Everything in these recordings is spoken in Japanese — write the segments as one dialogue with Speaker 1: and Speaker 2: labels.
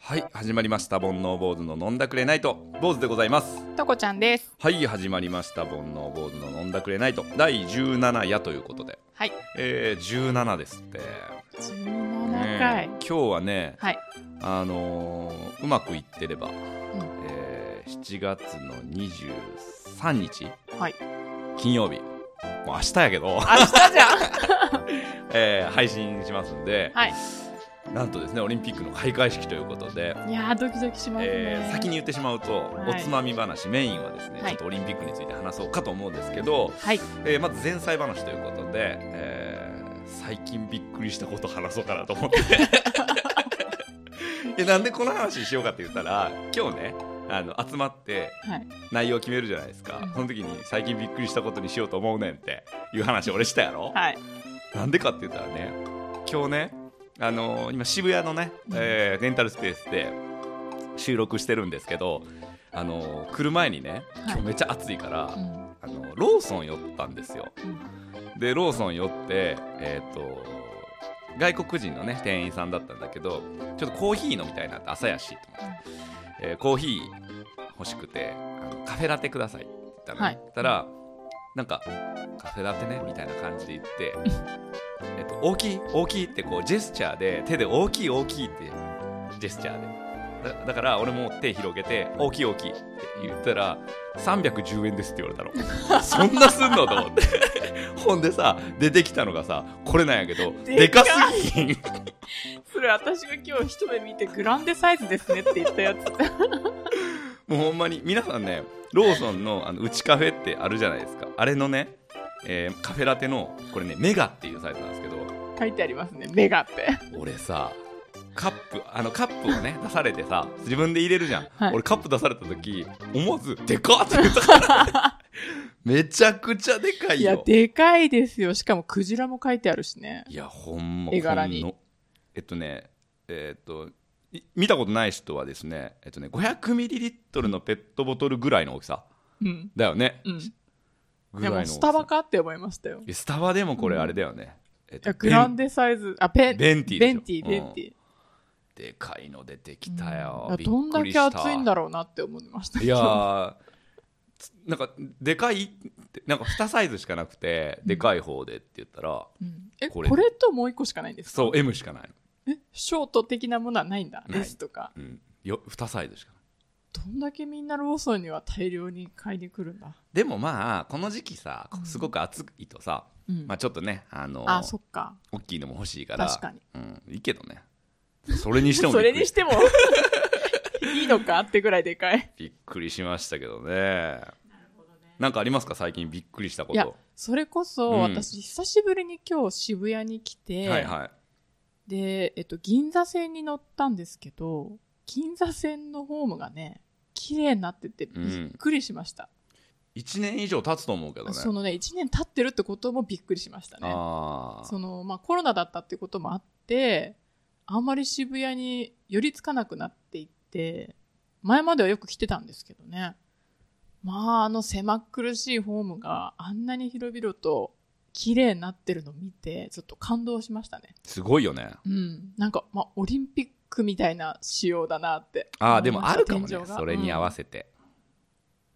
Speaker 1: はい始まりました煩悩坊主の飲んだくれないと坊主でございます
Speaker 2: とこちゃんです。
Speaker 1: はい始まりました煩悩坊主の飲んだくれないと第17夜ということで
Speaker 2: はい。
Speaker 1: えー、17ですって、
Speaker 2: 十
Speaker 1: ね
Speaker 2: 七回。
Speaker 1: 今日はね
Speaker 2: はい。
Speaker 1: あのーうまくいってれば、
Speaker 2: ん
Speaker 1: えー7月の23日
Speaker 2: はい。
Speaker 1: 金曜日もう明日やけど、
Speaker 2: 明日じゃん。
Speaker 1: えー配信しますんで、
Speaker 2: はい。
Speaker 1: なんとですねオリンピックの開会式ということで、
Speaker 2: いやードキドキしますね。
Speaker 1: えー先に言ってしまうと、
Speaker 2: はい
Speaker 1: おつまみ話メインはですね、
Speaker 2: はい
Speaker 1: ちょっとオリンピックについて話そうかと思うんですけど、
Speaker 2: はい。
Speaker 1: えーまず前菜話ということで、えー最近びっくりしたこと話そうかなと思って えなんでこの話しようかって言ったら今日ねあの集まって
Speaker 2: はい。
Speaker 1: 内容決めるじゃないですか、
Speaker 2: うん
Speaker 1: その時に最近びっくりしたことにしようと思うねんっていう話俺したやろ、
Speaker 2: はい。
Speaker 1: なんでかって言ったらね今日ねあのー今渋谷のね、えーレンタルスペースで収録してるんですけどあのー来る前にね今日めっちゃ暑いから、
Speaker 2: うん
Speaker 1: あのローソン寄ったんですよ
Speaker 2: うん
Speaker 1: でローソン寄ってえっ、と外国人のね店員さんだったんだけどちょっとコーヒー飲みたいなって朝やしと思って、えーコーヒー欲しくてあのカフェラテくださいって言ったの、
Speaker 2: はい
Speaker 1: 言ったらなんかカフェラテねみたいな感じで言 ってえっと大きい大きいってこうジェスチャーで手で大きい大きいってジェスチャーでだだから俺も手広げて大きい大きいって言ったら310円ですって言われたのそんなすんのと思ってほんでさ出てきたのがさこれなんやけどで
Speaker 2: で
Speaker 1: か
Speaker 2: か
Speaker 1: すぎん
Speaker 2: それ私が今日一目見てグランデサイズですねって言ったやつ。
Speaker 1: もうほんまに皆さんねローソンのあのうちカフェってあるじゃないですかあれのね、えーカフェラテのこれねメガっていうサイズなんですけど
Speaker 2: 書いてありますね。メガって。
Speaker 1: 俺さカップあのカップを ね出されてさ自分で入れるじゃん、
Speaker 2: はい
Speaker 1: 俺カップ出された時思わず「でかっ!」って言ったから めちゃくちゃでかいよ
Speaker 2: いやでかいですよ。しかもクジラも書いてあるしね。
Speaker 1: いやほんま
Speaker 2: 絵柄に
Speaker 1: ほんのえっとねえっとい見たことない人はですねえっとね500ミリリットルのペットボトルぐらいの大きさ
Speaker 2: うん。
Speaker 1: だよね、
Speaker 2: うん。
Speaker 1: ぐら
Speaker 2: で
Speaker 1: いの大
Speaker 2: も
Speaker 1: きさ
Speaker 2: スタバかって思いましたよ。
Speaker 1: いやスタバでもこれあれだよね、えっ
Speaker 2: いやグラン
Speaker 1: デ
Speaker 2: デサイズ。あペン。
Speaker 1: ベンティーでし
Speaker 2: ベ
Speaker 1: ょ
Speaker 2: ンティーベンティー。
Speaker 1: でかいの出てきたよ、
Speaker 2: うん
Speaker 1: びっくりした
Speaker 2: どんだけ暑いんだろうなって思いました。
Speaker 1: いやーつなんかでかいってなんか2サイズしかなくてでかい方でって言ったら、
Speaker 2: うんえ
Speaker 1: こ
Speaker 2: こ
Speaker 1: れ
Speaker 2: れともう一個しかないんですか
Speaker 1: そう M しかないの、
Speaker 2: えショート的なものはないんだ
Speaker 1: ない
Speaker 2: ですとか
Speaker 1: うん、よ2サイズしかない
Speaker 2: どんだけみんなローソンには大量に買いに来るんだ、
Speaker 1: でもまあこの時期さ
Speaker 2: うん
Speaker 1: すごく暑いとさ、
Speaker 2: うん
Speaker 1: まあ、ちょっとねあの
Speaker 2: あそっか
Speaker 1: 大きいのも欲しいから
Speaker 2: 確かに、
Speaker 1: うん、いいけどねそれにしても
Speaker 2: そ
Speaker 1: び
Speaker 2: れ
Speaker 1: っくり
Speaker 2: にしてもいいのかってぐらいでかい
Speaker 1: びっくりしましたけどねなんかありますか最近びっくりしたこ
Speaker 2: いや
Speaker 1: と
Speaker 2: それこそ
Speaker 1: うん
Speaker 2: 私久しぶりに今日渋谷に来て、
Speaker 1: はいはい
Speaker 2: で、えっと、銀座線に乗ったんですけど銀座線のホームがね綺麗になっててびっくりしました、
Speaker 1: 1年以上経つと思うけどね
Speaker 2: そのね1年経ってるってこともびっくりしましたね
Speaker 1: あ
Speaker 2: そのまあ、コロナだったってこともあってあんまり渋谷に寄りつかなくなっていって前まではよく来てたんですけどねまああの狭苦しいホームがあんなに広々と綺麗になってるのを見てちょっと感動しましたね
Speaker 1: すごいよね
Speaker 2: うんなんか、まあ、オリンピックみたいな仕様だなって
Speaker 1: ああでもあるかもね
Speaker 2: 天井が
Speaker 1: それに合わ
Speaker 2: うん
Speaker 1: せて、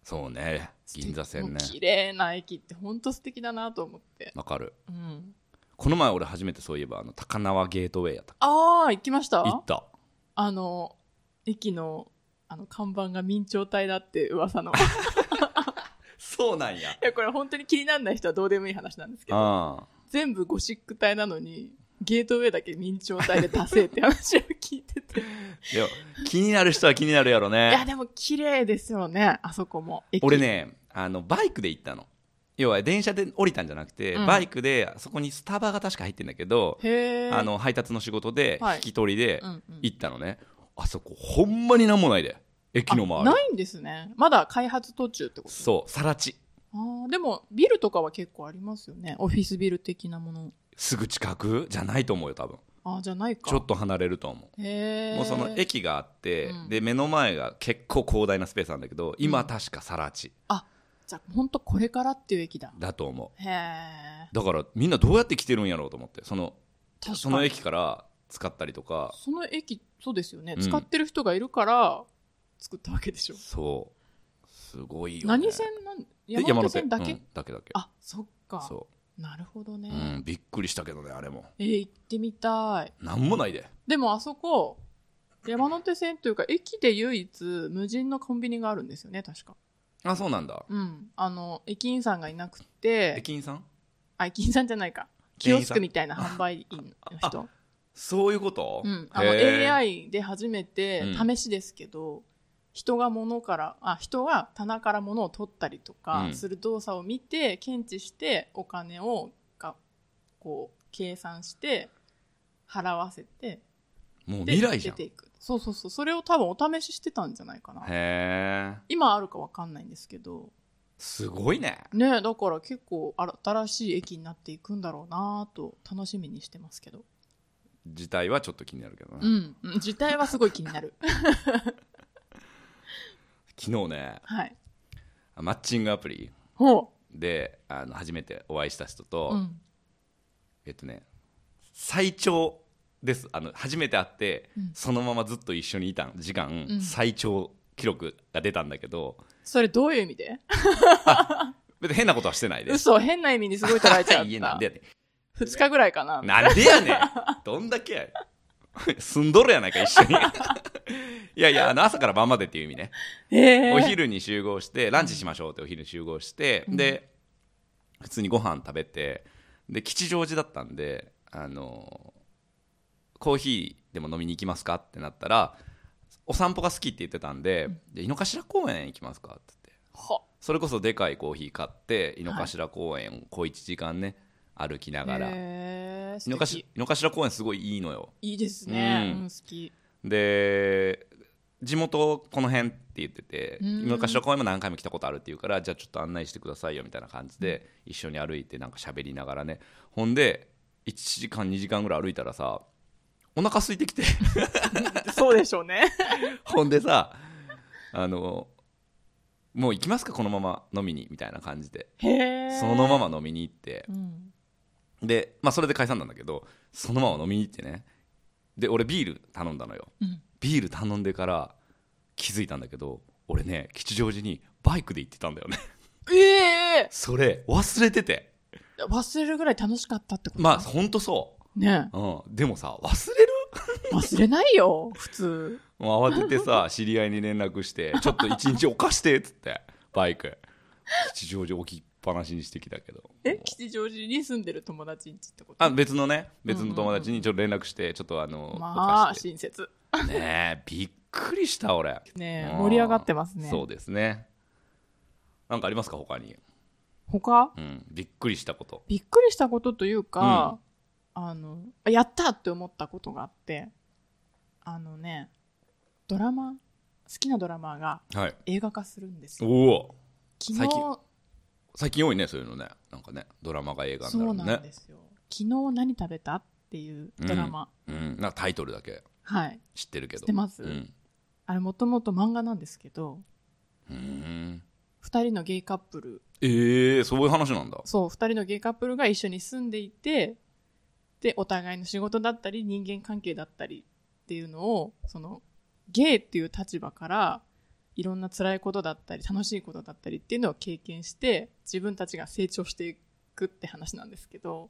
Speaker 1: そうね銀座線
Speaker 2: もう
Speaker 1: ね
Speaker 2: 綺麗な駅って本当素敵だなと思って、
Speaker 1: わかる
Speaker 2: うん、
Speaker 1: この前俺初めてそういえばあの高輪ゲートウェイやった
Speaker 2: ああ行きました
Speaker 1: 行った
Speaker 2: あの、駅の、あの、看板が明朝体だって 噂の。い
Speaker 1: そうなんや
Speaker 2: や、これ本当に気にならない人はどうでもいい話なんですけど、
Speaker 1: あ
Speaker 2: 全部ゴシック体なのに、ゲートウェイだけ明朝体で出せって話を聞い てて。い
Speaker 1: あいや気になる人は気になるやろ
Speaker 2: や、
Speaker 1: ね
Speaker 2: でも綺麗ですよね、あそこも。駅
Speaker 1: 俺。ねあのバイクで行ったの要は電車で降りたんじゃなくて、
Speaker 2: うん
Speaker 1: バイクでそこにスタバが確か入ってんだけど、
Speaker 2: へー
Speaker 1: あ、の配達の仕事で
Speaker 2: はい
Speaker 1: 引き取りで
Speaker 2: うんうん
Speaker 1: 行ったのね、あそこほんまになんもないで駅の
Speaker 2: あ
Speaker 1: 周り
Speaker 2: ないんですね。まだ開発途中ってこと
Speaker 1: そう更地
Speaker 2: あーでも、ビルとかは結構ありますよね。オフィスビル的なもの。
Speaker 1: すぐ近くじゃないと思うよ多分
Speaker 2: あーじゃないか。
Speaker 1: ちょっと離れると思う、
Speaker 2: へー
Speaker 1: もうその駅があって、
Speaker 2: うん
Speaker 1: で目の前が結構広大なスペースなんだけど今確か更地
Speaker 2: じゃあ、ほんとこれからっていう駅だ。
Speaker 1: だと思
Speaker 2: へえ。
Speaker 1: うだからみんなどうやって来てるんやろうと思ってその
Speaker 2: 確かに
Speaker 1: その駅から使ったりとか
Speaker 2: その駅そうですよね、
Speaker 1: うん
Speaker 2: 使ってる人がいるから作ったわけでしょ、
Speaker 1: そうすごいよ、ね、
Speaker 2: 何線なん
Speaker 1: で
Speaker 2: 山手線だけ、
Speaker 1: うんだけだけ
Speaker 2: あそっか
Speaker 1: そ
Speaker 2: なるほど
Speaker 1: う、
Speaker 2: ね、
Speaker 1: うん、びっくりしたけどねあれも
Speaker 2: えー行ってみたい
Speaker 1: なんもないで
Speaker 2: でもあそこ山手線というか駅で唯一無人のコンビニがあるんですよね確か
Speaker 1: あそうなんだ
Speaker 2: うんあの駅員さんがいなくて
Speaker 1: 駅員さん
Speaker 2: あ駅員さんじゃないかキ
Speaker 1: 店
Speaker 2: オ
Speaker 1: 員
Speaker 2: ス
Speaker 1: さん
Speaker 2: クみたいな販売員の人
Speaker 1: そういうこと、
Speaker 2: うん、あの
Speaker 1: へー
Speaker 2: AI で初めて
Speaker 1: うん
Speaker 2: 試しですけど、人が物からあ人が棚から物を取ったりとか
Speaker 1: うん
Speaker 2: する動作を見て検知してお金をがこう計算して払わせて
Speaker 1: もう
Speaker 2: で
Speaker 1: 未来じゃん
Speaker 2: 出
Speaker 1: へ
Speaker 2: ていくそうそうそうそれを多分お試ししてたんじゃないかな
Speaker 1: え
Speaker 2: 今あるかわかんないんですけど
Speaker 1: すごいね
Speaker 2: ねだから結構あら新しい駅になっていくんだろうなと楽しみにしてますけど
Speaker 1: 自体はちょっと気になるけどね、
Speaker 2: うんうん自体はすごい気に なる
Speaker 1: 昨日ね
Speaker 2: はい
Speaker 1: マッチングアプリ
Speaker 2: ほ
Speaker 1: であの初めてお会いした人
Speaker 2: う
Speaker 1: と、
Speaker 2: うん
Speaker 1: えっとね最長ですあの初めて会って、
Speaker 2: うん
Speaker 1: そのままずっと一緒にいた時間、
Speaker 2: うん
Speaker 1: 最長記録が出たんだけど
Speaker 2: それどういう意味で
Speaker 1: 別に変なことはしてないで
Speaker 2: 嘘変な意味にすごい捉えちゃっ
Speaker 1: 家なんで
Speaker 2: た
Speaker 1: やね
Speaker 2: 2日ぐらいかなん
Speaker 1: なんでやねんどんだけや住ん どるやないか一緒 にいやいやあの朝から晩までっていう意味ね
Speaker 2: えー
Speaker 1: お昼に集合してランチしましょうってお昼に集合して、
Speaker 2: うん
Speaker 1: で普通にご飯食べてで吉祥寺だったんであのコーヒーでも飲みに行きますかってなったらお散歩が好きって言ってたんで「で井の頭公園行きますか?」って言って
Speaker 2: は
Speaker 1: それこそでかいコーヒー買って井の頭公園を小1時間ね歩きながら、
Speaker 2: えー素
Speaker 1: 井の頭井
Speaker 2: 敵
Speaker 1: の頭公園すごいいいのよ
Speaker 2: いいですね、
Speaker 1: う
Speaker 2: うんん好き
Speaker 1: で地元この辺って言ってて
Speaker 2: うん
Speaker 1: 昔の公園も何回も来たことあるっていうからじゃあちょっと案内してくださいよみたいな感じで一緒に歩いてなんか喋りながらねほんで1時間2時間ぐらい歩いたらさお腹空いてき て
Speaker 2: そうでしょ うね
Speaker 1: ほんでさあのもう行きますかこのまま飲みにみたいな感じで
Speaker 2: へえ
Speaker 1: そのまま飲みに行って
Speaker 2: うん
Speaker 1: でまあそれで解散なんだけどそのまま飲みに行ってねで俺ビール頼んだのよ
Speaker 2: うん
Speaker 1: ビール頼んでから気づいたんだけど俺ね吉祥寺にバイクで行ってたんだよね
Speaker 2: ええ
Speaker 1: それ忘れてて
Speaker 2: 忘れるぐらい楽しかったってこと
Speaker 1: まあほんとそ
Speaker 2: ね
Speaker 1: う、うん、でもさ忘れる、
Speaker 2: え忘れないよ普通
Speaker 1: もう慌ててさ知り合いに連絡してちょっと一日お貸してっつってバイク吉祥寺置きっぱなしにしてきたけど
Speaker 2: え吉祥寺に住んでる友達んちってこと
Speaker 1: あ別のね別の友達にちょっと連絡してちょっとあの、
Speaker 2: まあ
Speaker 1: お貸して
Speaker 2: 親切
Speaker 1: ねえびっくりした俺
Speaker 2: ねえ
Speaker 1: うん
Speaker 2: 盛り上がってますね
Speaker 1: そうですねなんかありますか他に、
Speaker 2: 他
Speaker 1: うん、びっくりしたこと
Speaker 2: びっくりしたことというか、あの、あやったって思ったことがあって、あのね、ドラマ、好きなドラマが
Speaker 1: はい
Speaker 2: 映画化するんです
Speaker 1: お
Speaker 2: よ。
Speaker 1: お
Speaker 2: 昨
Speaker 1: 最
Speaker 2: 日、
Speaker 1: 近最近多いねそういうのねなんかねドラマが映画に
Speaker 2: そう
Speaker 1: なる
Speaker 2: な
Speaker 1: ね
Speaker 2: んですよ。昨日何食べたっていうドラマ。
Speaker 1: うん、なんかタイトルだけ
Speaker 2: はい。
Speaker 1: 知ってるけど
Speaker 2: 知ってます
Speaker 1: うん
Speaker 2: あれもともと漫画なんですけど、
Speaker 1: うーん
Speaker 2: 二人のゲイカップル、
Speaker 1: えー、そういう話なんだ
Speaker 2: そう、二人のゲイカップルが一緒に住んでいて、で、お互いの仕事だったり、人間関係だったりっていうのを、その、ゲイっていう立場から、いろんな辛いことだったり、楽しいことだったりっていうのを経験して、自分たちが成長していくって話なんですけど、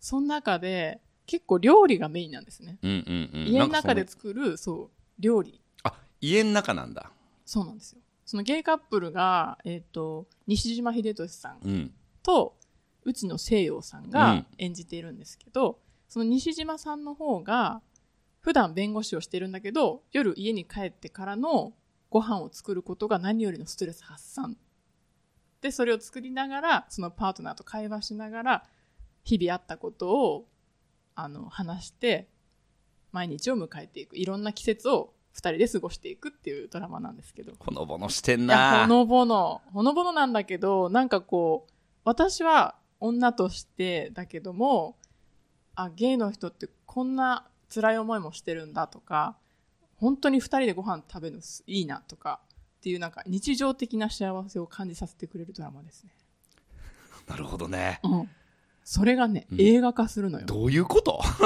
Speaker 2: その中で、結構料理がメインなんですね。
Speaker 1: うんうんうん
Speaker 2: 家の中
Speaker 1: なん
Speaker 2: で
Speaker 1: か
Speaker 2: 作る、そう、料理。
Speaker 1: そのあ家の中なんだ
Speaker 2: そうなんですよ。そのゲイカップルが、えっ、と、西島秀俊さん
Speaker 1: うん
Speaker 2: と内野聖陽さん
Speaker 1: うん
Speaker 2: が演じているんですけど、その西島さんの方が普段弁護士をしてるんだけど夜家に帰ってからのご飯を作ることが何よりのストレス発散でそれを作りながらそのパートナーと会話しながら日々あったことをあの話して毎日を迎えていくいろんな季節を2人で過ごしていくっていうドラマなんですけど
Speaker 1: ほのぼのしてん
Speaker 2: いや
Speaker 1: な
Speaker 2: ほのぼのほのぼのなんだけどなんかこう私は女としてだけどもあゲイの人ってこんな辛い思いもしてるんだとか本当に2人でご飯食べるのすいいなとかっていうなんか日常的な幸せを感じさせてくれるドラマですね、
Speaker 1: なるほどね
Speaker 2: うん、それがね、
Speaker 1: うん
Speaker 2: 映画化するのよ
Speaker 1: どういうこと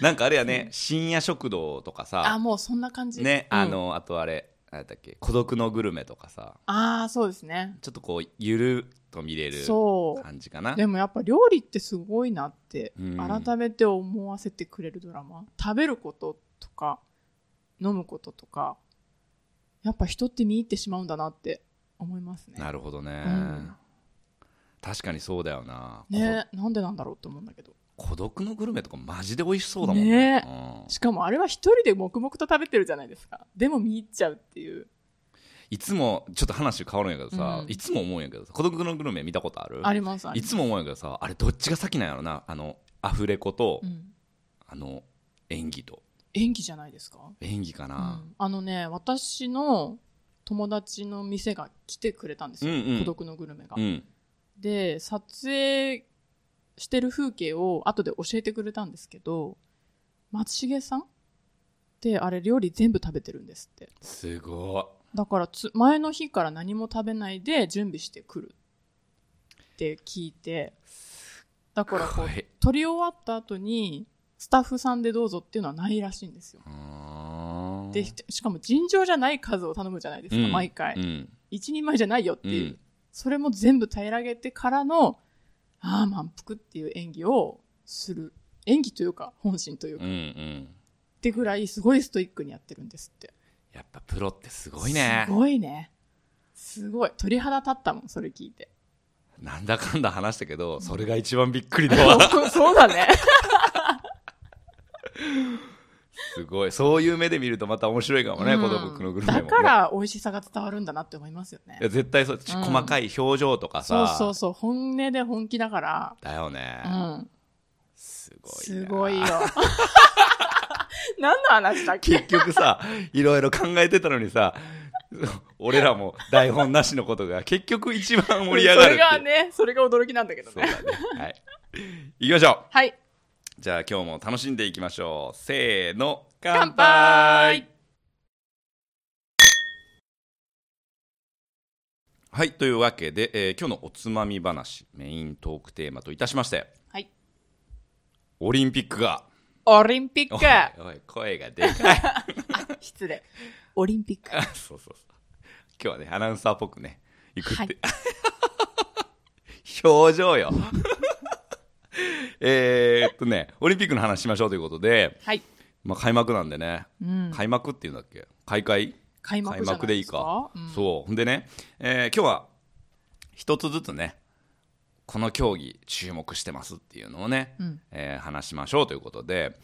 Speaker 1: なんかあれやね深夜食堂とか
Speaker 2: あ、
Speaker 1: さ
Speaker 2: もうそんな感じ。
Speaker 1: ね
Speaker 2: うん
Speaker 1: あ。の、あとあれ何だっけ孤独のグルメとかさ
Speaker 2: ああ、そうですね。
Speaker 1: ちょっとこうゆるっと見れる
Speaker 2: そ
Speaker 1: 感じかな
Speaker 2: う。でもやっぱ料理ってすごいなって
Speaker 1: うん、
Speaker 2: 改めて思わせてくれるドラマ。食べることとか、飲むこととか、やっぱ人って見入ってしまうんだなって思いますね。
Speaker 1: なるほどね、
Speaker 2: うん
Speaker 1: 確かにそうだよな、
Speaker 2: ねなんでなんだろうって思うんだけど。
Speaker 1: こ孤独のグルメとかマジで美味しそうだもんね
Speaker 2: ね
Speaker 1: うん
Speaker 2: しかもあれは一人で黙々と食べてるじゃないですか。でも見入っちゃうっていう。
Speaker 1: いつもちょっと話変わるんやけどさ、
Speaker 2: うん
Speaker 1: いつも思うんやけどさ孤独のグルメ見たことある
Speaker 2: あります、あり
Speaker 1: い
Speaker 2: ます。
Speaker 1: つも思うんやけどさあれどっちが先なんやろなあのアフレコと、
Speaker 2: うん
Speaker 1: あの演技と
Speaker 2: 演技じゃないですか。
Speaker 1: 演技かな
Speaker 2: う、んあのね私の友達の店が来てくれたんですよ、
Speaker 1: うんうん
Speaker 2: 孤独のグルメが、
Speaker 1: うん
Speaker 2: で撮影してる風景を後で教えてくれたんですけど松重さんってあれ料理全部食べてるんですって
Speaker 1: すご
Speaker 2: だからつ前の日から何も食べないで準備してくるって聞いてだ
Speaker 1: い
Speaker 2: からこう
Speaker 1: 怖い
Speaker 2: 撮り終わった後にスタッフさんでどうぞっていうのはないらしいんですよ
Speaker 1: うーん
Speaker 2: でしかも尋常じゃない数を頼むじゃないですか、
Speaker 1: うん
Speaker 2: 毎回、
Speaker 1: うん
Speaker 2: 一人前じゃないよっていう、
Speaker 1: うん
Speaker 2: それも全部平らげてからのああ満腹っていう演技をする演技というか本心という
Speaker 1: うん
Speaker 2: か、
Speaker 1: う
Speaker 2: っ
Speaker 1: ん
Speaker 2: てぐらいすごいストイックにやってるんですって
Speaker 1: やっぱプロってすごいね
Speaker 2: すごいねすごい鳥肌立ったもんそれ聞い て
Speaker 1: なんだかんだ話したけどそれが一番びっくりだ わ
Speaker 2: そうそうだね
Speaker 1: すごいそういう目で見るとまた面白いかもね、
Speaker 2: うん
Speaker 1: 孤独のグルメも、
Speaker 2: だ
Speaker 1: ね、
Speaker 2: から美味しさが伝わるんだなって思いますよね
Speaker 1: いや絶対そう、
Speaker 2: ん
Speaker 1: 細かい表情とか
Speaker 2: そう
Speaker 1: さ
Speaker 2: そうそう本音で本気だから
Speaker 1: だよね、
Speaker 2: うん
Speaker 1: すごいな
Speaker 2: すごいよ 何の話だっけ
Speaker 1: 結局さいろいろ考えてたのにさ俺らも台本なしのことが結局一番盛り上がるっていう
Speaker 2: それがねそれが驚きなんだけど
Speaker 1: そう
Speaker 2: ね
Speaker 1: だねはい行きましょ
Speaker 2: はいう
Speaker 1: じゃあ今日も楽しんでいきましょうせーの
Speaker 2: 乾杯
Speaker 1: はいというわけで、えー今日のおつまみ話メイントークテーマといたしまして
Speaker 2: はい
Speaker 1: オリンピックが
Speaker 2: オリンピッ
Speaker 1: おい
Speaker 2: ク
Speaker 1: おい声がでかい
Speaker 2: 失礼オリンピック
Speaker 1: あそうそうそう今日はねアナウンサーっぽくね行くって、
Speaker 2: はい
Speaker 1: 表情よえーっとねオリンピックの話しましょうということで、
Speaker 2: はい、
Speaker 1: まあ、開幕なんでね、
Speaker 2: うん、
Speaker 1: 開幕っていうんだっけ開会
Speaker 2: 開幕じゃない
Speaker 1: でいい
Speaker 2: す
Speaker 1: か、
Speaker 2: うん
Speaker 1: そうほんでね、えー今日は一つずつねこの競技注目してますっていうのをね、
Speaker 2: うん
Speaker 1: えー話しましょうということで、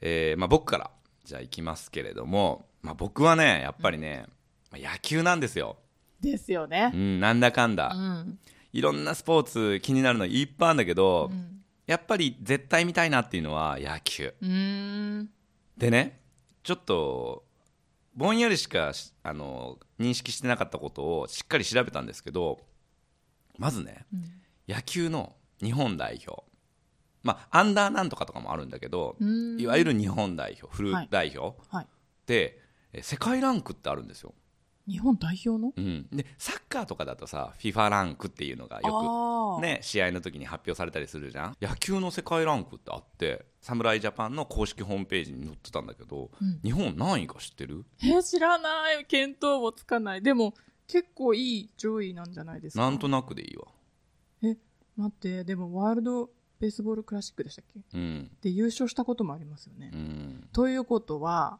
Speaker 1: えーまあ、僕からじゃあいきますけれども、まあ、僕はねやっぱりね、まあ野球なんですよ、
Speaker 2: ですよ
Speaker 1: う
Speaker 2: ね
Speaker 1: ん、なんだかんだ、
Speaker 2: うん
Speaker 1: いろんなスポーツ気になるのいっぱいあるんだけど、
Speaker 2: うん
Speaker 1: やっぱり絶対見たいなっていうのは野球
Speaker 2: うーん
Speaker 1: でねちょっとぼんやりしかしあの認識してなかったことをしっかり調べたんですけどまずね野球の日本代表まあアンダーなんとかとかもあるんだけど
Speaker 2: うーん
Speaker 1: いわゆる日本代表フル
Speaker 2: はい
Speaker 1: 代表
Speaker 2: はい
Speaker 1: って、え世界ランクってあるんですよ、
Speaker 2: 日本代表の
Speaker 1: うん、でサッカーとかだとさ FIFA ランクっていうのがよく
Speaker 2: よ
Speaker 1: ね、試合の時に発表されたりするじゃん野球の世界ランクってあって侍ジャパンの公式ホームページに載ってたんだけど、
Speaker 2: うん
Speaker 1: 日本何位か知ってる
Speaker 2: えー知らない見当もつかないでも結構いい上位なんじゃないですか
Speaker 1: なんとなくでいいわ、
Speaker 2: 待ってでもワールドベースボールクラシックでしたっけ
Speaker 1: うん
Speaker 2: で優勝したこともありますよね、
Speaker 1: うん
Speaker 2: ということは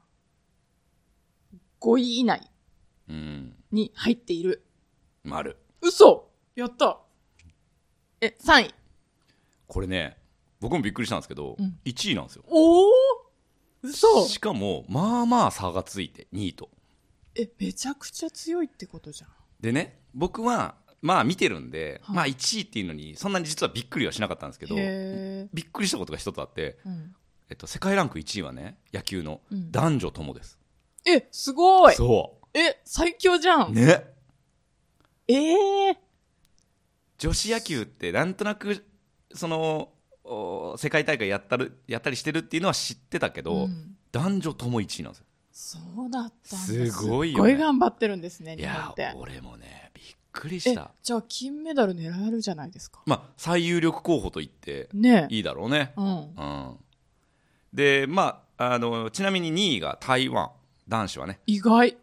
Speaker 2: 5位以内
Speaker 1: うん、
Speaker 2: に入っている
Speaker 1: 丸
Speaker 2: 嘘やったえ3位
Speaker 1: これね僕もびっくりしたんですけど、
Speaker 2: うん
Speaker 1: 1位なんですよ
Speaker 2: おお嘘
Speaker 1: しかもまあまあ差がついて2位と
Speaker 2: えめちゃくちゃ強いってことじゃん
Speaker 1: でね僕はまあ見てるんで、
Speaker 2: はい
Speaker 1: まあ1位っていうのにそんなに実はびっくりはしなかったんですけど
Speaker 2: へえ、
Speaker 1: びっくりしたことが一つあって、
Speaker 2: うん
Speaker 1: えっと、世界ランク1位はね野球の
Speaker 2: うん
Speaker 1: 男女ともです、
Speaker 2: えすごい
Speaker 1: そ
Speaker 2: え最強じゃ、
Speaker 1: うんね
Speaker 2: ええ
Speaker 1: 女子野球ってなんとなくそのお世界大会やったるやったりしてるっていうのは知ってたけど、
Speaker 2: うん
Speaker 1: 男女とも1位なんですよ
Speaker 2: そうだったんだ
Speaker 1: すごいよね
Speaker 2: すっごい頑張ってるんですね
Speaker 1: い
Speaker 2: 日本
Speaker 1: や
Speaker 2: って
Speaker 1: 俺もねびっくりし
Speaker 2: え
Speaker 1: た
Speaker 2: じゃあ金メダル狙えるじゃないですか
Speaker 1: まあ最有力候補と言って
Speaker 2: ねえ
Speaker 1: いいだろうね
Speaker 2: うん
Speaker 1: うんでまああのちなみに2位が台湾男子はね、
Speaker 2: 意外。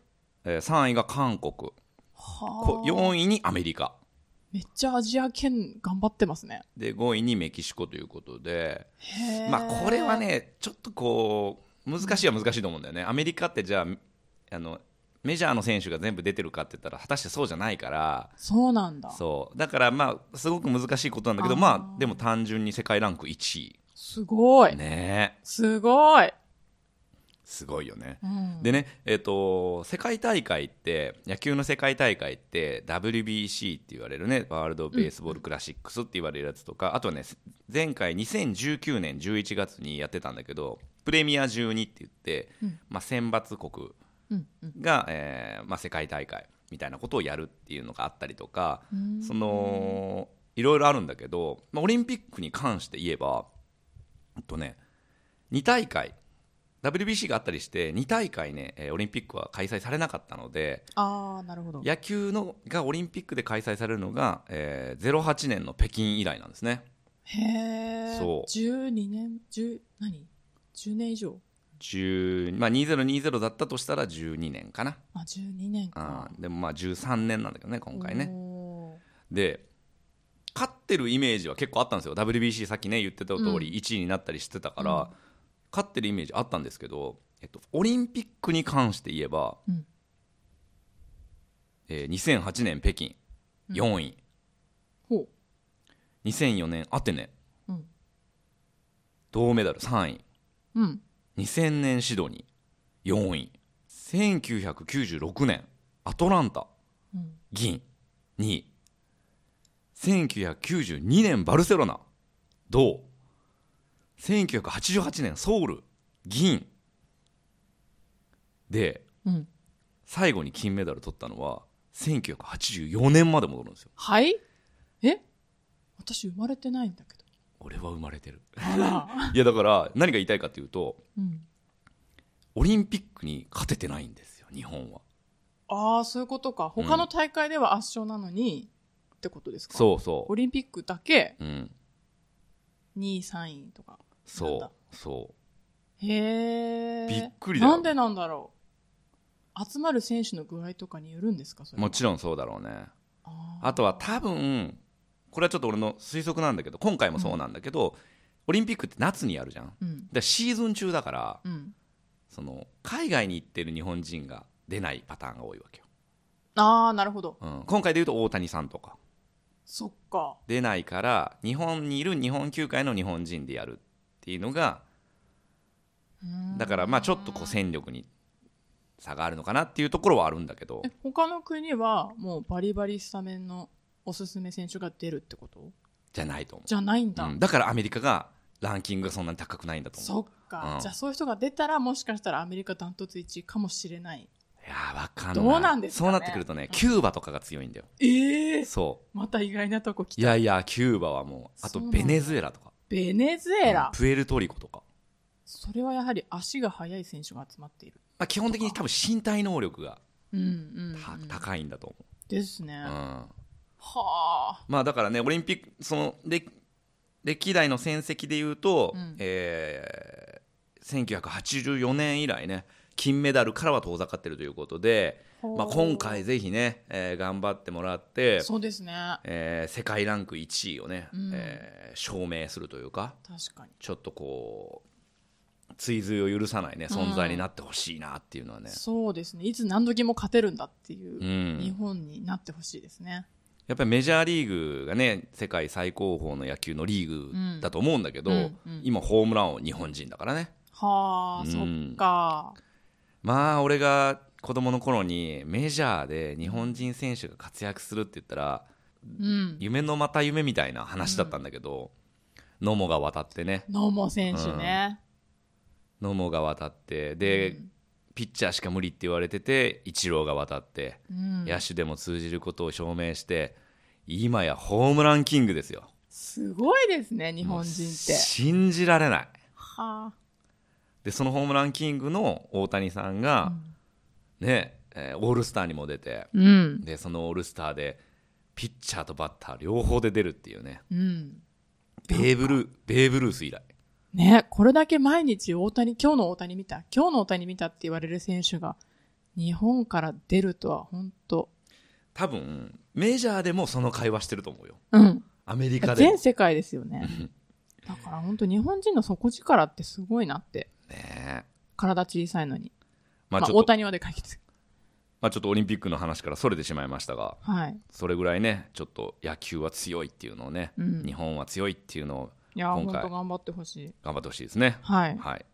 Speaker 1: えー3位が韓国こ
Speaker 2: はあ。
Speaker 1: 4位にアメリカ
Speaker 2: めっちゃアジア圏頑張ってますね。
Speaker 1: で5位にメキシコということで
Speaker 2: へー
Speaker 1: まあこれは。ねちょっとこう難しいは難しいと思うんだよねアメリカってじゃああのメジャーの選手が全部出てるかって言ったら果たしてそうじゃないから
Speaker 2: そうなんだ。
Speaker 1: そうだからまあすごく難しいことなんだけど
Speaker 2: あー
Speaker 1: まあでも単純に世界ランク1位
Speaker 2: すごい。
Speaker 1: ねえ
Speaker 2: すごい。
Speaker 1: すごいよね
Speaker 2: うん
Speaker 1: でねえっ、と世界大会って野球の世界大会って WBC って言われるねワールド・ベースボール・クラシックスって言われるやつとか、あとはね前回2019年11月にやってたんだけどプレミア12って言って、
Speaker 2: うん
Speaker 1: まあ、選抜国
Speaker 2: うんうん
Speaker 1: が、えーまあ、世界大会みたいなことをやるっていうのがあったりとか、
Speaker 2: うん
Speaker 1: そのいろいろあるんだけど、まあ、オリンピックに関して言えば、えっとね、2大会 WBC があったりして2大会ねえーオリンピックは開催されなかったので
Speaker 2: ああ、なるほど。
Speaker 1: 野球のがオリンピックで開催されるのが、えー08年の北京以来なんですね
Speaker 2: へえ。
Speaker 1: そう
Speaker 2: 12年、10、何 ?10 年以上
Speaker 1: 10まあ、2020だったとしたら12年かな、
Speaker 2: あ、12年か
Speaker 1: あ。ーでもまあ13年なんだけどね今回ね。
Speaker 2: おー
Speaker 1: で勝ってるイメージは結構あったんですよ WBC さっきね言ってた通り
Speaker 2: う
Speaker 1: 1位になったりしてたから、
Speaker 2: うん
Speaker 1: 勝ってるイメージあったんですけど、えっと、オリンピックに関して言えば、
Speaker 2: うん
Speaker 1: えー2008年北京4位、
Speaker 2: ほ
Speaker 1: 2004年アテネ
Speaker 2: う。うん。
Speaker 1: 銅メダル3位
Speaker 2: うん。
Speaker 1: 2000年シドニー4位1996年アトランタ
Speaker 2: うん
Speaker 1: 銀2位1992年バルセロナ銅1988年ソウル銀で
Speaker 2: うん。
Speaker 1: 最後に金メダル取ったのは1984年まで戻るんですよ
Speaker 2: はいえ私生まれてないんだけど。
Speaker 1: 俺は生まれて る
Speaker 2: あ ら。
Speaker 1: いやだから何が言いたいかというと
Speaker 2: うん。
Speaker 1: オリンピックに勝ててないんですよ日本は
Speaker 2: ああ、そういうことか。他の大会では圧勝なのに、ってことですかう。
Speaker 1: そうそ
Speaker 2: オリンピックだけ
Speaker 1: ううん
Speaker 2: 2位、3位とか。なんだ
Speaker 1: そうそう
Speaker 2: へえ。
Speaker 1: びっくりだよ
Speaker 2: なんでなんだろう。集まる選手の具合とかによるんですかそれは
Speaker 1: もちろんそうだろうね
Speaker 2: あー
Speaker 1: あとは多分これはちょっと俺の推測なんだけど今回もそうなんだけど、オリンピックって夏にやるじゃんだか
Speaker 2: うん。
Speaker 1: らシーズン中だから
Speaker 2: うん。
Speaker 1: その海外に行ってる日本人が出ないパターンが多いわけよ、
Speaker 2: ああ、なるほど。
Speaker 1: うん、今回でいうと大谷さんとか
Speaker 2: そっか。
Speaker 1: 出ないから日本にいる日本球界の日本人でやるっていうのが
Speaker 2: うーん
Speaker 1: だからまあちょっとこう戦力に差があるのかなっていうところはあるんだけど
Speaker 2: え他の国はもうバリバリスタメンのおすすめ選手が出るってこと
Speaker 1: じゃないと思
Speaker 2: じゃないんだ。
Speaker 1: う、うん、だからアメリカがランキングがそんなに高くないんだと思う
Speaker 2: そっか、
Speaker 1: うん
Speaker 2: じゃあそういう人が出たらもしかしたらアメリカダントツ1位かもしれない
Speaker 1: いやーわかんない
Speaker 2: どうなんですかね
Speaker 1: そうなってくるとねキューバとかが強いんだよ
Speaker 2: ええ
Speaker 1: そ
Speaker 2: また意外なとこ来
Speaker 1: うい
Speaker 2: た
Speaker 1: やいやキューバはもうあと
Speaker 2: そうなんだ
Speaker 1: ベネズエラとか
Speaker 2: ベネズエラ、
Speaker 1: プエルトリコとか、
Speaker 2: それはやはり足が速い選手が集まっている
Speaker 1: まあ、基本的に多分身体能力が
Speaker 2: うんうん、
Speaker 1: た
Speaker 2: うん、
Speaker 1: 高いんだと思う、
Speaker 2: ですね、
Speaker 1: うん
Speaker 2: はあ
Speaker 1: まあだからねオリンピックその歴歴代の戦績でいうと、
Speaker 2: うん
Speaker 1: えー1984年以来ね金メダルからは遠ざかってるということで、
Speaker 2: ほう
Speaker 1: まあ、今回ぜひね、えー頑張ってもらって、
Speaker 2: そうですね
Speaker 1: えー世界ランク1位をね、
Speaker 2: うん
Speaker 1: えー証明するというか
Speaker 2: 確かに、
Speaker 1: ちょっとこう追随を許さないね
Speaker 2: うん
Speaker 1: 存在になってほしいなっていうのはね、
Speaker 2: そうですねいつ何時も勝てるんだっていうう、日
Speaker 1: ん、
Speaker 2: 本になってほしいですね
Speaker 1: やっぱりメジャーリーグがね世界最高峰の野球のリーグだと思うんだけど、
Speaker 2: うんうん
Speaker 1: 今ホームラン王日本人だからね
Speaker 2: はあ、
Speaker 1: うん
Speaker 2: そっか
Speaker 1: まあ俺が子供の頃にメジャーで日本人選手が活躍するって言ったら
Speaker 2: うん
Speaker 1: 夢のまた夢みたいな話だったんだけど、野茂が渡ってね
Speaker 2: 野茂選手ね、
Speaker 1: 野茂が渡ってで、
Speaker 2: うん
Speaker 1: ピッチャーしか無理って言われててイチローが渡って。
Speaker 2: うん、
Speaker 1: 野手でも通じることを証明して今やホームランキングですよ
Speaker 2: すごいですね日本人って
Speaker 1: もう信じられない
Speaker 2: はあ
Speaker 1: でそのホームランキングの大谷さんが、ねえーオールスターにも出て
Speaker 2: うん。
Speaker 1: でそのオールスターでピッチャーとバッター両方で出るっていうね
Speaker 2: うん。
Speaker 1: ベーブルーベーブ・ルース以来
Speaker 2: ね、これだけ毎日大谷、今日の大谷見た、今日の大谷見たって言われる選手が、日本から出るとは本当。
Speaker 1: 多分メジャーでもその会話してると思うよ
Speaker 2: うん。
Speaker 1: アメリカでも
Speaker 2: 全世界ですよね。
Speaker 1: うん
Speaker 2: だから本当日本人の底力ってすごいなって。
Speaker 1: ねえ
Speaker 2: 体小さいのに。
Speaker 1: まあ
Speaker 2: ま
Speaker 1: ち
Speaker 2: あ、
Speaker 1: ょっ
Speaker 2: 大
Speaker 1: と、
Speaker 2: 谷はでかいけど。
Speaker 1: まあ、ちょっとオリンピックの話からそれてしまいましたが
Speaker 2: はい。
Speaker 1: それぐらいねちょっと野球は強いっていうのをね、
Speaker 2: うん
Speaker 1: 日本は強いっていうのを
Speaker 2: いやー、
Speaker 1: 今
Speaker 2: 本
Speaker 1: 回
Speaker 2: 当頑張ってほしい。
Speaker 1: 頑張ってほしいですね
Speaker 2: はい。
Speaker 1: はい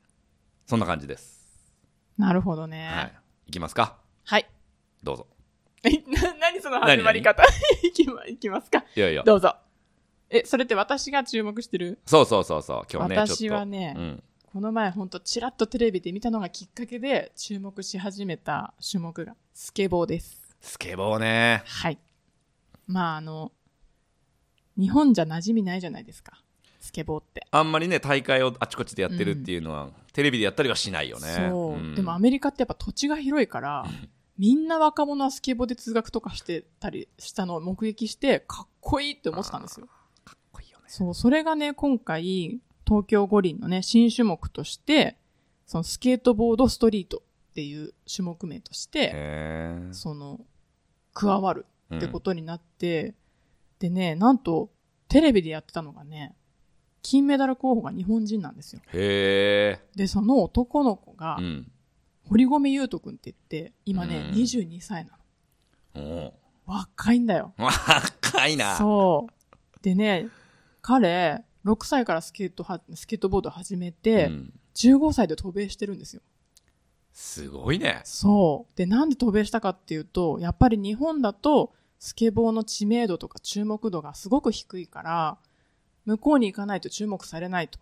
Speaker 1: そんな感じです、
Speaker 2: なるほど
Speaker 1: は
Speaker 2: ね。
Speaker 1: いいきますか
Speaker 2: はい。
Speaker 1: どうぞ
Speaker 2: えな何その始まり方 いきまいきますか。
Speaker 1: いやいや
Speaker 2: どうぞ。え、それって私が注目してる
Speaker 1: そうそうそうそう今日ね
Speaker 2: 私は
Speaker 1: ちょ
Speaker 2: ね
Speaker 1: っと、うん、
Speaker 2: この前ほんとちらっとテレビで見たのがきっかけで注目し始めた種目がスケボーです。
Speaker 1: スケボーね
Speaker 2: はい。まああの、日本じゃ馴染みないじゃないですか。スケボーって。
Speaker 1: あんまりね大会をあちこちでやってるっていうのは、テレビでやったりはしないよね
Speaker 2: そう、
Speaker 1: ん
Speaker 2: でもアメリカってやっぱ土地が広 いから、みんな若者はスケボーで通学とかしてたりしたのを目撃して、かっこいいって思ってたんですよ。
Speaker 1: かっこいいよね
Speaker 2: そう、それがね、今回、東京五輪のね、新種目として、そのスケートボードストリートっていう種目名として、
Speaker 1: へえ
Speaker 2: その、加わる
Speaker 1: っ
Speaker 2: ってことになって、でね、なんと、テレビでやってたのがね、金メダル候補が日本人なんですよ。
Speaker 1: へえ
Speaker 2: で、その男の子が
Speaker 1: う、ん
Speaker 2: 堀米雄斗くんって言って、今ね、
Speaker 1: うん
Speaker 2: 22歳なの。
Speaker 1: おう
Speaker 2: 若いんだよ。
Speaker 1: 若いな
Speaker 2: そう。でね、彼、6歳からスケートは、スケートボード始めて、
Speaker 1: ん
Speaker 2: 15歳で渡米してるんですよ。
Speaker 1: すごいね
Speaker 2: そう。で、なんで渡米したかっていうと、やっぱり日本だと、スケボーの知名度とか注目度がすごく低いから、向こうに行かないと注目されないと。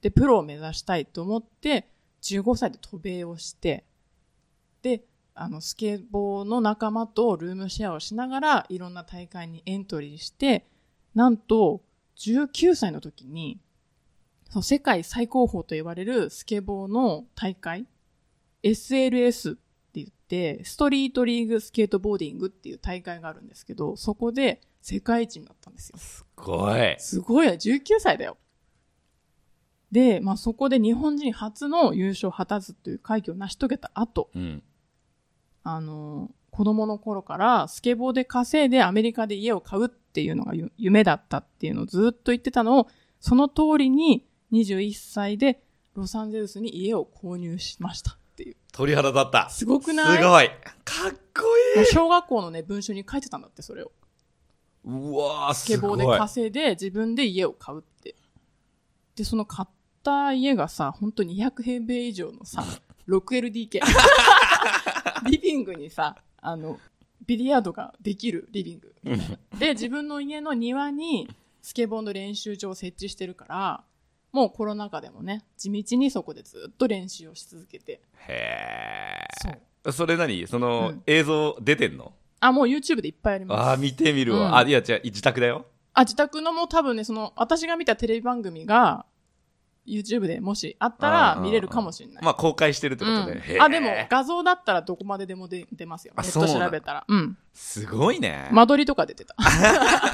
Speaker 2: で、プロを目指したいと思って、15歳で渡米をして、で、あの、スケボーの仲間とルームシェアをしながら、いろんな大会にエントリーして、なんと、19歳の時に、その世界最高峰と言われるスケボーの大会、SLS って言って、ストリートリーグスケートボーディングっていう大会があるんですけど、そこで世界一になったんですよ。
Speaker 1: すごい
Speaker 2: すごいよ、19歳だよ。で、まあそこで日本人初の優勝を果たすという快挙を成し遂げた後、
Speaker 1: うん
Speaker 2: あの、子供の頃からスケボーで稼いでアメリカで家を買うっていうのがゆ夢だったっていうのをずっと言ってたのを、その通りに21歳でロサンゼルスに家を購入しましたっていう。
Speaker 1: 鳥肌立った
Speaker 2: すごくない
Speaker 1: すごいかっこい
Speaker 2: も
Speaker 1: いう
Speaker 2: 小学校のね、文集に書いてたんだって、それを。
Speaker 1: うわー
Speaker 2: ス
Speaker 1: す
Speaker 2: ケボ
Speaker 1: ごい
Speaker 2: ーで稼いで自分で家を買うって。で、その買った家がさ、ほんと200平米以上のさ、6LDK。リビングにさ、あの、ビリヤードができるリビング。で、自分の家の庭にスケボーの練習場を設置してるから、もうコロナ禍でもね、地道にそこでずっと練習をし続けて。
Speaker 1: へ
Speaker 2: そう。
Speaker 1: えそれ何その、
Speaker 2: うん
Speaker 1: 映像出てんの
Speaker 2: あ、もう YouTube でいっぱいあります。
Speaker 1: あー見てみるわ、
Speaker 2: うん
Speaker 1: あいや違う自宅だよ
Speaker 2: あ、自宅のもう多分ね、その、私が見たテレビ番組が、YouTube でもしあった
Speaker 1: あ
Speaker 2: ら
Speaker 1: ー
Speaker 2: 見れるかもしれない。
Speaker 1: まあ公開してるってことで、
Speaker 2: う
Speaker 1: へ
Speaker 2: ん、
Speaker 1: ー
Speaker 2: あ、でも画像だったらどこまででもで出ますよ。
Speaker 1: あ
Speaker 2: ネッ
Speaker 1: そう
Speaker 2: ト
Speaker 1: なん
Speaker 2: 調べたら。うん。
Speaker 1: すごいね、
Speaker 2: 間取りとか出 てた。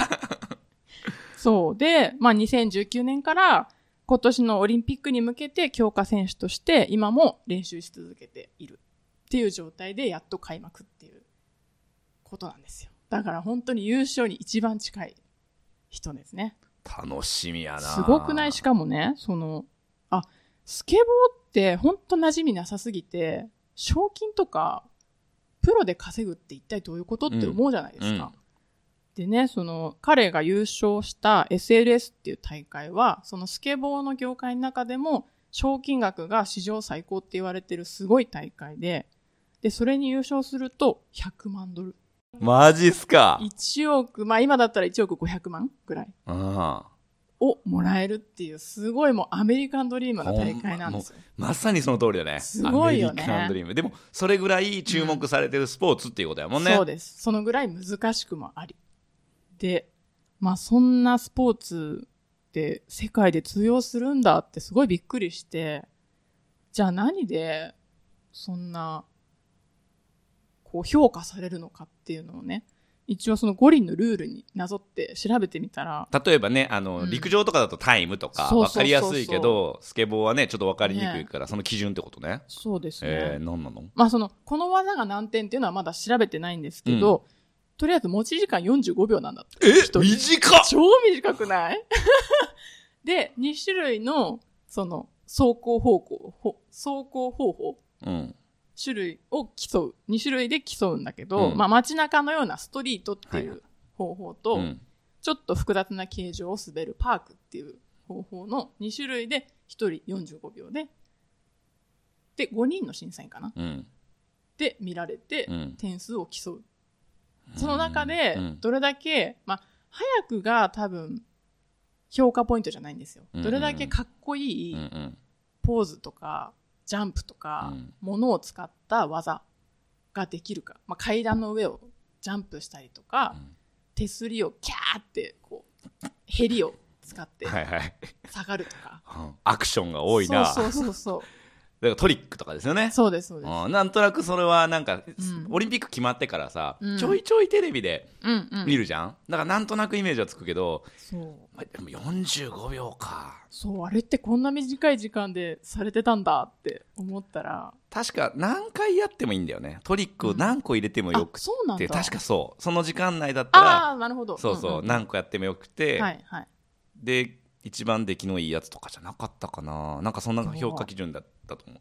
Speaker 2: そう。で、まあ2019年から今年のオリンピックに向けて強化選手として今も練習し続けているっていう状態でやっと開幕っていうことなんですよ。だから本当に優勝に一番近い人ですね。
Speaker 1: 楽しみやな
Speaker 2: すごくないしかもね、その、あ、スケボーってほんと馴染みなさすぎて、賞金とか、プロで稼ぐって一体どういうことって思うじゃないですか。でね、その、彼が優勝した SLS っていう大会は、そのスケボーの業界の中でも、賞金額が史上最高って言われてるすごい大会で、で、それに優勝すると100万ドル。
Speaker 1: マジっすか
Speaker 2: 1億、まあ今だったら1億500万ぐらい。
Speaker 1: うん
Speaker 2: をもらえるっていう、すごいもうアメリカンドリームな大会なんですよ。
Speaker 1: まさにその通りだね。
Speaker 2: すごいよね
Speaker 1: アメリカンドリーム。でも、それぐらい注目されてるスポーツっていうことやもんね。
Speaker 2: そうです。そのぐらい難しくもあり。で、まあそんなスポーツって世界で通用するんだってすごいびっくりして、じゃあ何でそんな、こう評価されるのかっていうのをね、一応その五輪のルールになぞって調べてみたら、
Speaker 1: 例えばね、あの、
Speaker 2: うん
Speaker 1: 陸上とかだとタイムとか、
Speaker 2: そう
Speaker 1: わ
Speaker 2: そうそ
Speaker 1: か
Speaker 2: う
Speaker 1: り
Speaker 2: そう
Speaker 1: やすいけど、スケボーはね、ちょっとわかりにくいから、その基準ってことね。
Speaker 2: そうですね。
Speaker 1: えー、何なの
Speaker 2: まあその、この技が何点っていうのはまだ調べてないんですけど、とりあえず持ち時間45秒なんだって。
Speaker 1: え
Speaker 2: 人
Speaker 1: 短っ
Speaker 2: 超短くない で、2種類の、その、走行方向、ほ走行方法、
Speaker 1: うん。
Speaker 2: 種類を競う。2種類で競うんだけど、
Speaker 1: うん
Speaker 2: まあ街中のようなストリートってい
Speaker 1: は
Speaker 2: う方法と、
Speaker 1: うん
Speaker 2: ちょっと複雑な形状を滑るパークっていう方法の2種類で1人45秒で、で、5人の審査員かな
Speaker 1: うん。
Speaker 2: で見られて、
Speaker 1: うん。
Speaker 2: 点数を競う。その中で
Speaker 1: うん、
Speaker 2: どれだけ、まあ、早くが多分、評価ポイントじゃないんですよ。
Speaker 1: うん
Speaker 2: どれだけかっこい
Speaker 1: うん。う
Speaker 2: い
Speaker 1: ん。
Speaker 2: ポーズとか、ジャンプとか
Speaker 1: うん、
Speaker 2: ものを使った技ができるか。まあ、階段の上をジャンプしたりとか
Speaker 1: うん、
Speaker 2: 手すりをキャーって、こう、ヘリを使って
Speaker 1: はいはい。
Speaker 2: 下がるとか。
Speaker 1: うんアクションが多いな。
Speaker 2: そうそうそうそう。
Speaker 1: だからトリックとかですよね。
Speaker 2: そうです、そうです。
Speaker 1: うんなんとなくそれはなんか、
Speaker 2: ん
Speaker 1: オリンピック決まってからさ、
Speaker 2: うん
Speaker 1: ちょいちょいテレビで
Speaker 2: うんう
Speaker 1: 見
Speaker 2: ん。
Speaker 1: るじゃん、だからなんとなくイメージはつくけど、
Speaker 2: そう。
Speaker 1: まあ、でも45秒か
Speaker 2: そう、あれってこんな短い時間でされてたんだって思ったら。
Speaker 1: 確か何回やってもいいんだよねトリックを何個入れても
Speaker 2: あ
Speaker 1: よ、く
Speaker 2: そうなん
Speaker 1: て、
Speaker 2: だ。
Speaker 1: 確かそうその時間内だったら
Speaker 2: ああ、なるほど。
Speaker 1: そうそう、
Speaker 2: んん
Speaker 1: 何個やってもよくて、
Speaker 2: はいはい。
Speaker 1: で一番出来のいいやつとかじゃなかったかななんかそんな評価基準だったと思う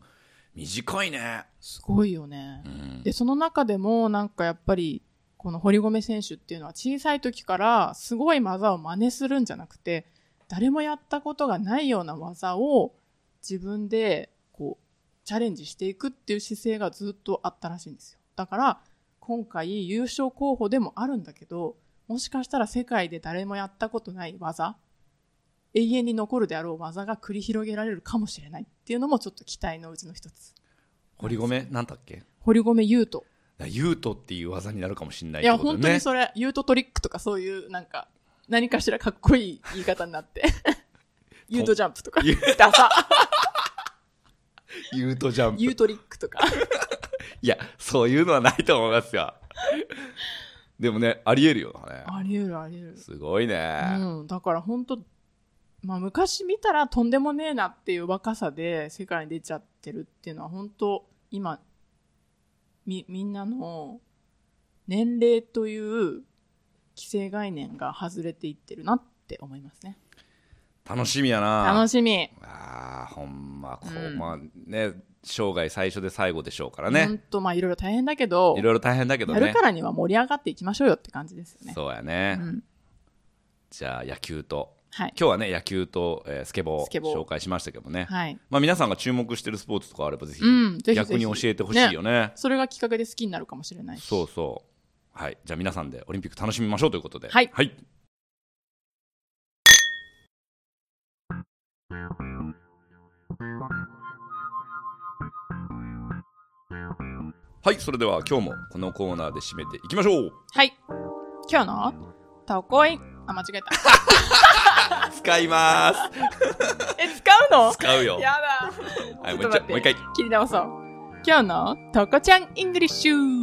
Speaker 1: 短いね、
Speaker 2: すごいよね
Speaker 1: う。ん
Speaker 2: で、その中でも、なんかやっぱり、この堀米選手っていうのは小さい時からすごい技を真似するんじゃなくて、誰もやったことがないような技を自分でこうチャレンジしていくっていう姿勢がずっとあったらしいんですよ。だから今回優勝候補でもあるんだけど、もしかしたら世界で誰もやったことない技、永遠に残るであろう技が繰り広げられるかもしれないっていうのもちょっと期待のうちの一つ。
Speaker 1: 堀米なんだっけ
Speaker 2: 堀米優斗。
Speaker 1: だからユートっていう技になるかもしれないっ
Speaker 2: い
Speaker 1: て
Speaker 2: や、
Speaker 1: こと
Speaker 2: 本
Speaker 1: ね
Speaker 2: 当にそれ、ユートトリックとかそういう、なんか、何かしらかっこいい言い方にな って。ユートジャンプとか
Speaker 1: ゆ。
Speaker 2: ダサ。
Speaker 1: ユートジャンプ
Speaker 2: ユートリックとか。
Speaker 1: いや、そういうのはないと思います よ。でもね、ありえるよね。
Speaker 2: あり得るあり得る。
Speaker 1: すごいね。
Speaker 2: うん、だから本当、まあ、昔見たらとんでもねえなっていう若さで世界に出ちゃってるっていうのは本当今みみんなの年齢という規制概念が外れていってるなって思いますね
Speaker 1: 楽しみや
Speaker 2: 楽
Speaker 1: な。
Speaker 2: しみ、
Speaker 1: ああ、ほんま、こ
Speaker 2: う
Speaker 1: うんまあね、生涯最初で最後でしょうから
Speaker 2: ほん
Speaker 1: ね。
Speaker 2: とまあいろいろ大変だけど
Speaker 1: いろいろ大変だけど
Speaker 2: やる
Speaker 1: ね
Speaker 2: か。らには盛り上がっていきましょうよって感じですよね
Speaker 1: そうやね
Speaker 2: う。ん、
Speaker 1: じゃあ、野球と。
Speaker 2: はい、
Speaker 1: 今日はね、野球とえースケボ
Speaker 2: スケ
Speaker 1: ー
Speaker 2: ボー
Speaker 1: 紹介しましたけどね。
Speaker 2: はい、
Speaker 1: まあ皆さんが注目してるスポーツとかあればぜひ
Speaker 2: うんぜひぜひ
Speaker 1: 逆に教えてほしいよね。
Speaker 2: それがきっかけで好きになるかもしれないし
Speaker 1: そうそう。はい。じゃあ皆さんでオリンピック楽しみましょうということで。
Speaker 2: はい
Speaker 1: はい。はい、それでは今日もこのコーナーで締めていきましょう
Speaker 2: はい今日の「たこい」あ間違えた
Speaker 1: 使います
Speaker 2: え、使うの
Speaker 1: 使うよ
Speaker 2: やだ。
Speaker 1: はい、も
Speaker 2: ち
Speaker 1: う
Speaker 2: ょっと
Speaker 1: 一
Speaker 2: 待
Speaker 1: 回
Speaker 2: って
Speaker 1: もう一回。
Speaker 2: 切り直そう。今日のとこちゃんイングリッシュおうお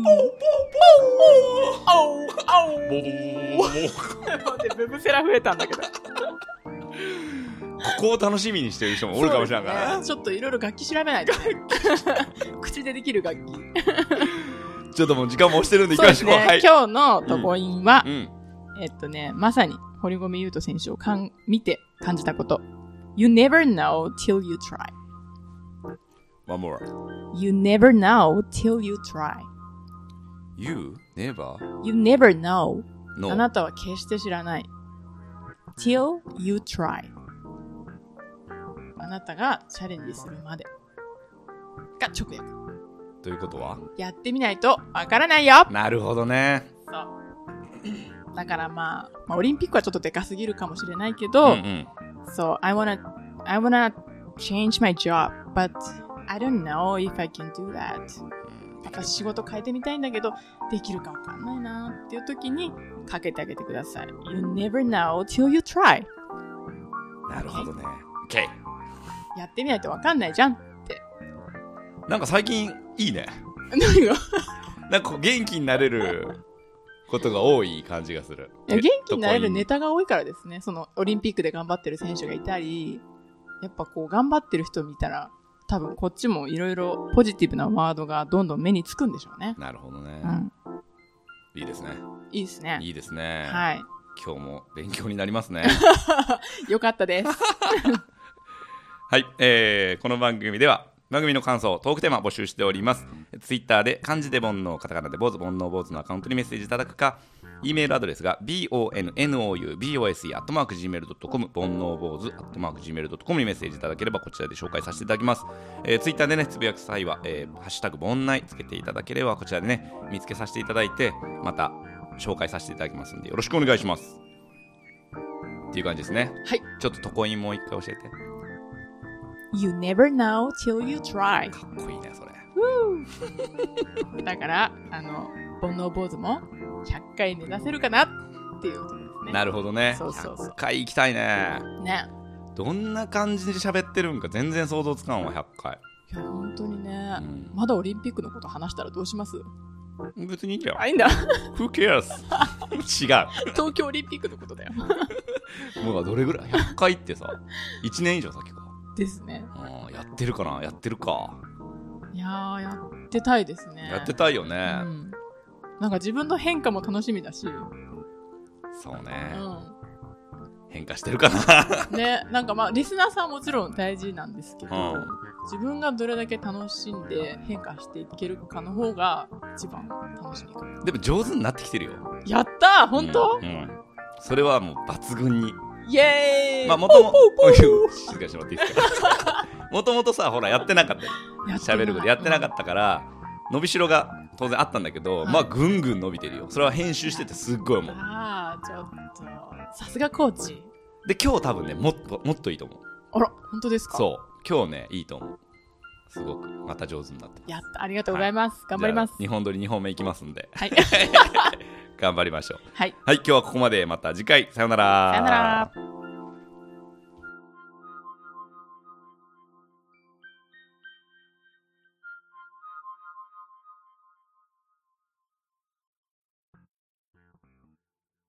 Speaker 2: う
Speaker 1: ボボボボボ
Speaker 2: 待ってブブセラ増えたんだけど。
Speaker 1: ここを楽しみにしてる人 もおるかもしれないから
Speaker 2: そうですねちょっといろいろ楽器調 べないとね。口でできる楽器。
Speaker 1: ねちょっともう時間も押してるんで行
Speaker 2: そう
Speaker 1: き
Speaker 2: で
Speaker 1: まし
Speaker 2: す
Speaker 1: ょう。は
Speaker 2: ね
Speaker 1: い。。
Speaker 2: 今日のとこインは
Speaker 1: う、ん。
Speaker 2: えっとね、まさに堀米雄斗選手をかん見て感じたこと。You never know till you try.You
Speaker 1: One more.
Speaker 2: never know till you try.You
Speaker 1: You never
Speaker 2: never know あ
Speaker 1: know.
Speaker 2: なたは決して知らない。till you try。あなたがチャレンジするまで。が直訳。
Speaker 1: ということは
Speaker 2: やってみないとわからないよ
Speaker 1: なるほどね。
Speaker 2: そう。だからまあ、まあ、オリンピックはちょっとでかすぎるかもしれないけど、
Speaker 1: うんうん、
Speaker 2: so I wanna, I wanna change my job, but I don't know if I can do that. やっぱ仕事変えてみたいんだけど、できるかわかんないなっていう時にかけてあげてください。You never know till you try.
Speaker 1: なるほどね。OK。
Speaker 2: やってみないとわかんないじゃんって。
Speaker 1: なんか最近いいね。
Speaker 2: 何が
Speaker 1: なんかこう元気になれることが多い感じがする。
Speaker 2: いや元気になれるネタが多いからですね。そのオリンピックで頑張ってる選手がいたり、やっぱこう頑張ってる人見たら、多分こっちもいろいろポジティブなワードがどんどん目につくんでしょうね。
Speaker 1: なるほどね
Speaker 2: う。ん。
Speaker 1: いいですね。
Speaker 2: いいですね。
Speaker 1: いいですね。
Speaker 2: はい。
Speaker 1: 今日も勉強になります ね。
Speaker 2: よかったです。
Speaker 1: はい、えーこの番組では番組の感想、トークテーマ募集しております。ツイッターで漢字で煩悩、カタカナで坊主、煩悩坊主のアカウントにメッセージいただくか、e メールアドレスが bonoubose.gmail.com、煩悩坊主 .gmail.com にメッセージいただければこちらで紹介させていただきます。えー、ツイッターでね、つぶやく際は、えーハッシュタグ煩内つけていただければこちらでね、見つけさせていただいて、また紹介させていただきますんで、よろしくお願いします。っていう感じですね。
Speaker 2: はい。
Speaker 1: ちょっと床印もう一回教えて。
Speaker 2: You never know till you try.
Speaker 1: かっこいいねそれ
Speaker 2: だから、あの、煩悩坊主も100回目指せるかなっていうことですね。
Speaker 1: なるほどね
Speaker 2: そうそうそう
Speaker 1: 100回行きたいね
Speaker 2: ね。
Speaker 1: どんな感じで喋ってるんか全然想像つかんわ100回
Speaker 2: いや、本当にね、
Speaker 1: うん
Speaker 2: まだオリンピックのこと話したらどうします
Speaker 1: 別にいいんだよ
Speaker 2: あ、いいんだ。
Speaker 1: Who cares
Speaker 2: 東京オリンピックのことだよ。
Speaker 1: 違うもうどれぐらい100回ってさ1年以上先か
Speaker 2: ですね。
Speaker 1: うんやってるかなやってるか、
Speaker 2: いやー、やってたいですね。
Speaker 1: やってたいよ
Speaker 2: う
Speaker 1: ね、
Speaker 2: ん。なんか自分の変化も楽しみだし、う
Speaker 1: そうね、
Speaker 2: ん。
Speaker 1: 変化してるかな
Speaker 2: ね、なんかまあ、リスナーさんはもちろん大事なんですけど、
Speaker 1: うん
Speaker 2: 自分がどれだけ楽しんで変化していけるかの方が一番楽しみかな。
Speaker 1: でも上手になってきてるよ
Speaker 2: やったー本当、
Speaker 1: うん、うんそれはもう抜群に
Speaker 2: イエーイ
Speaker 1: まあもとも
Speaker 2: ポウポウポ ウ
Speaker 1: 静かにしてもらっていいですか もともとさほらやってなかったよ
Speaker 2: やってない
Speaker 1: 喋ることやってなかったから、伸びしろが当然あったんだけど、
Speaker 2: はい
Speaker 1: まあぐんぐん伸びてるよそれは編集しててすっごい思う
Speaker 2: ああ、ちょっと。さすがコーチ。
Speaker 1: で今日多分ねもっともっといいと思う
Speaker 2: あら、本当ですかう。
Speaker 1: そう今日ねいいと思うすごくまた上手になって
Speaker 2: やった、ありがとうございます。頑張ります。
Speaker 1: 2本撮り2本目いきますんで
Speaker 2: はい。
Speaker 1: 頑張りましょう
Speaker 2: はい。
Speaker 1: はい今日はここまでまた次回さようなら
Speaker 2: さよなら。